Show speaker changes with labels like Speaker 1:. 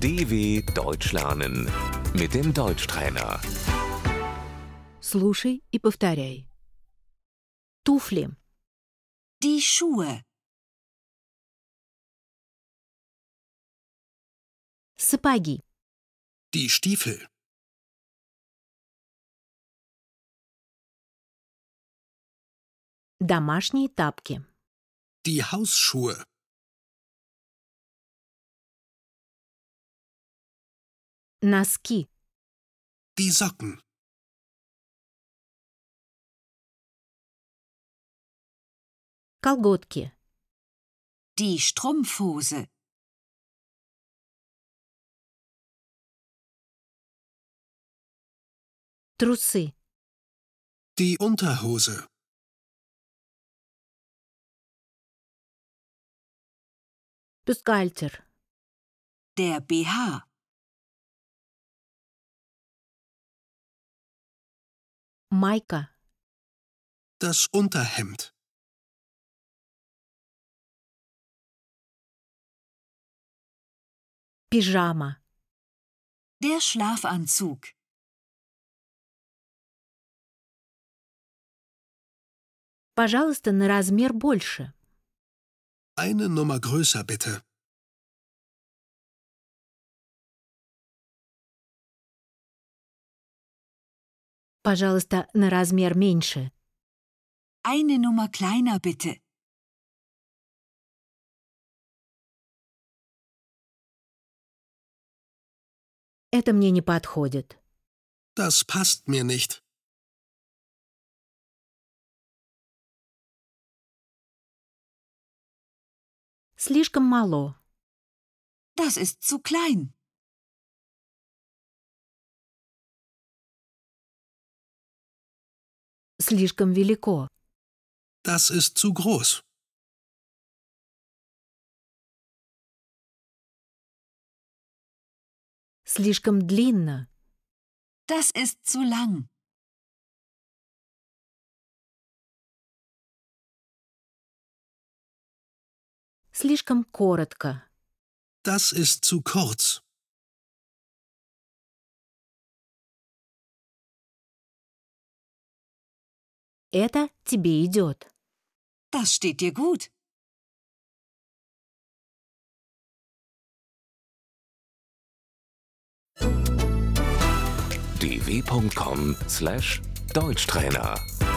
Speaker 1: DW Deutsch lernen mit dem Deutschtrainer.
Speaker 2: Слушай и повторяй. Туфли,
Speaker 3: Die Schuhe,
Speaker 2: сапоги,
Speaker 4: Die Stiefel,
Speaker 2: домашние тапки,
Speaker 4: die Hausschuhe,
Speaker 2: носки,
Speaker 4: die Socken,
Speaker 2: колготки,
Speaker 3: die Strumpfhose,
Speaker 2: трусы,
Speaker 4: die Unterhose,
Speaker 2: бюстгальтер,
Speaker 3: der BH,
Speaker 2: майка,
Speaker 4: das Unterhemd,
Speaker 2: пижама,
Speaker 3: der Schlafanzug,
Speaker 2: пожалуйста, на размер больше,
Speaker 4: eine Nummer größer bitte,
Speaker 2: пожалуйста, на размер меньше,
Speaker 3: eine Nummer kleiner bitte,
Speaker 2: это мне не подходит,
Speaker 4: das passt mir nicht,
Speaker 2: слишком мало,
Speaker 3: das ist zu klein,
Speaker 2: слишком велико,
Speaker 4: das ist zu groß,
Speaker 2: слишком длинно,
Speaker 3: das ist zu lang,
Speaker 2: слишком коротко,
Speaker 4: das ist zu kurz,
Speaker 2: это тебе идет.
Speaker 3: das steht dir gut.
Speaker 1: dw.com/deutschtrainer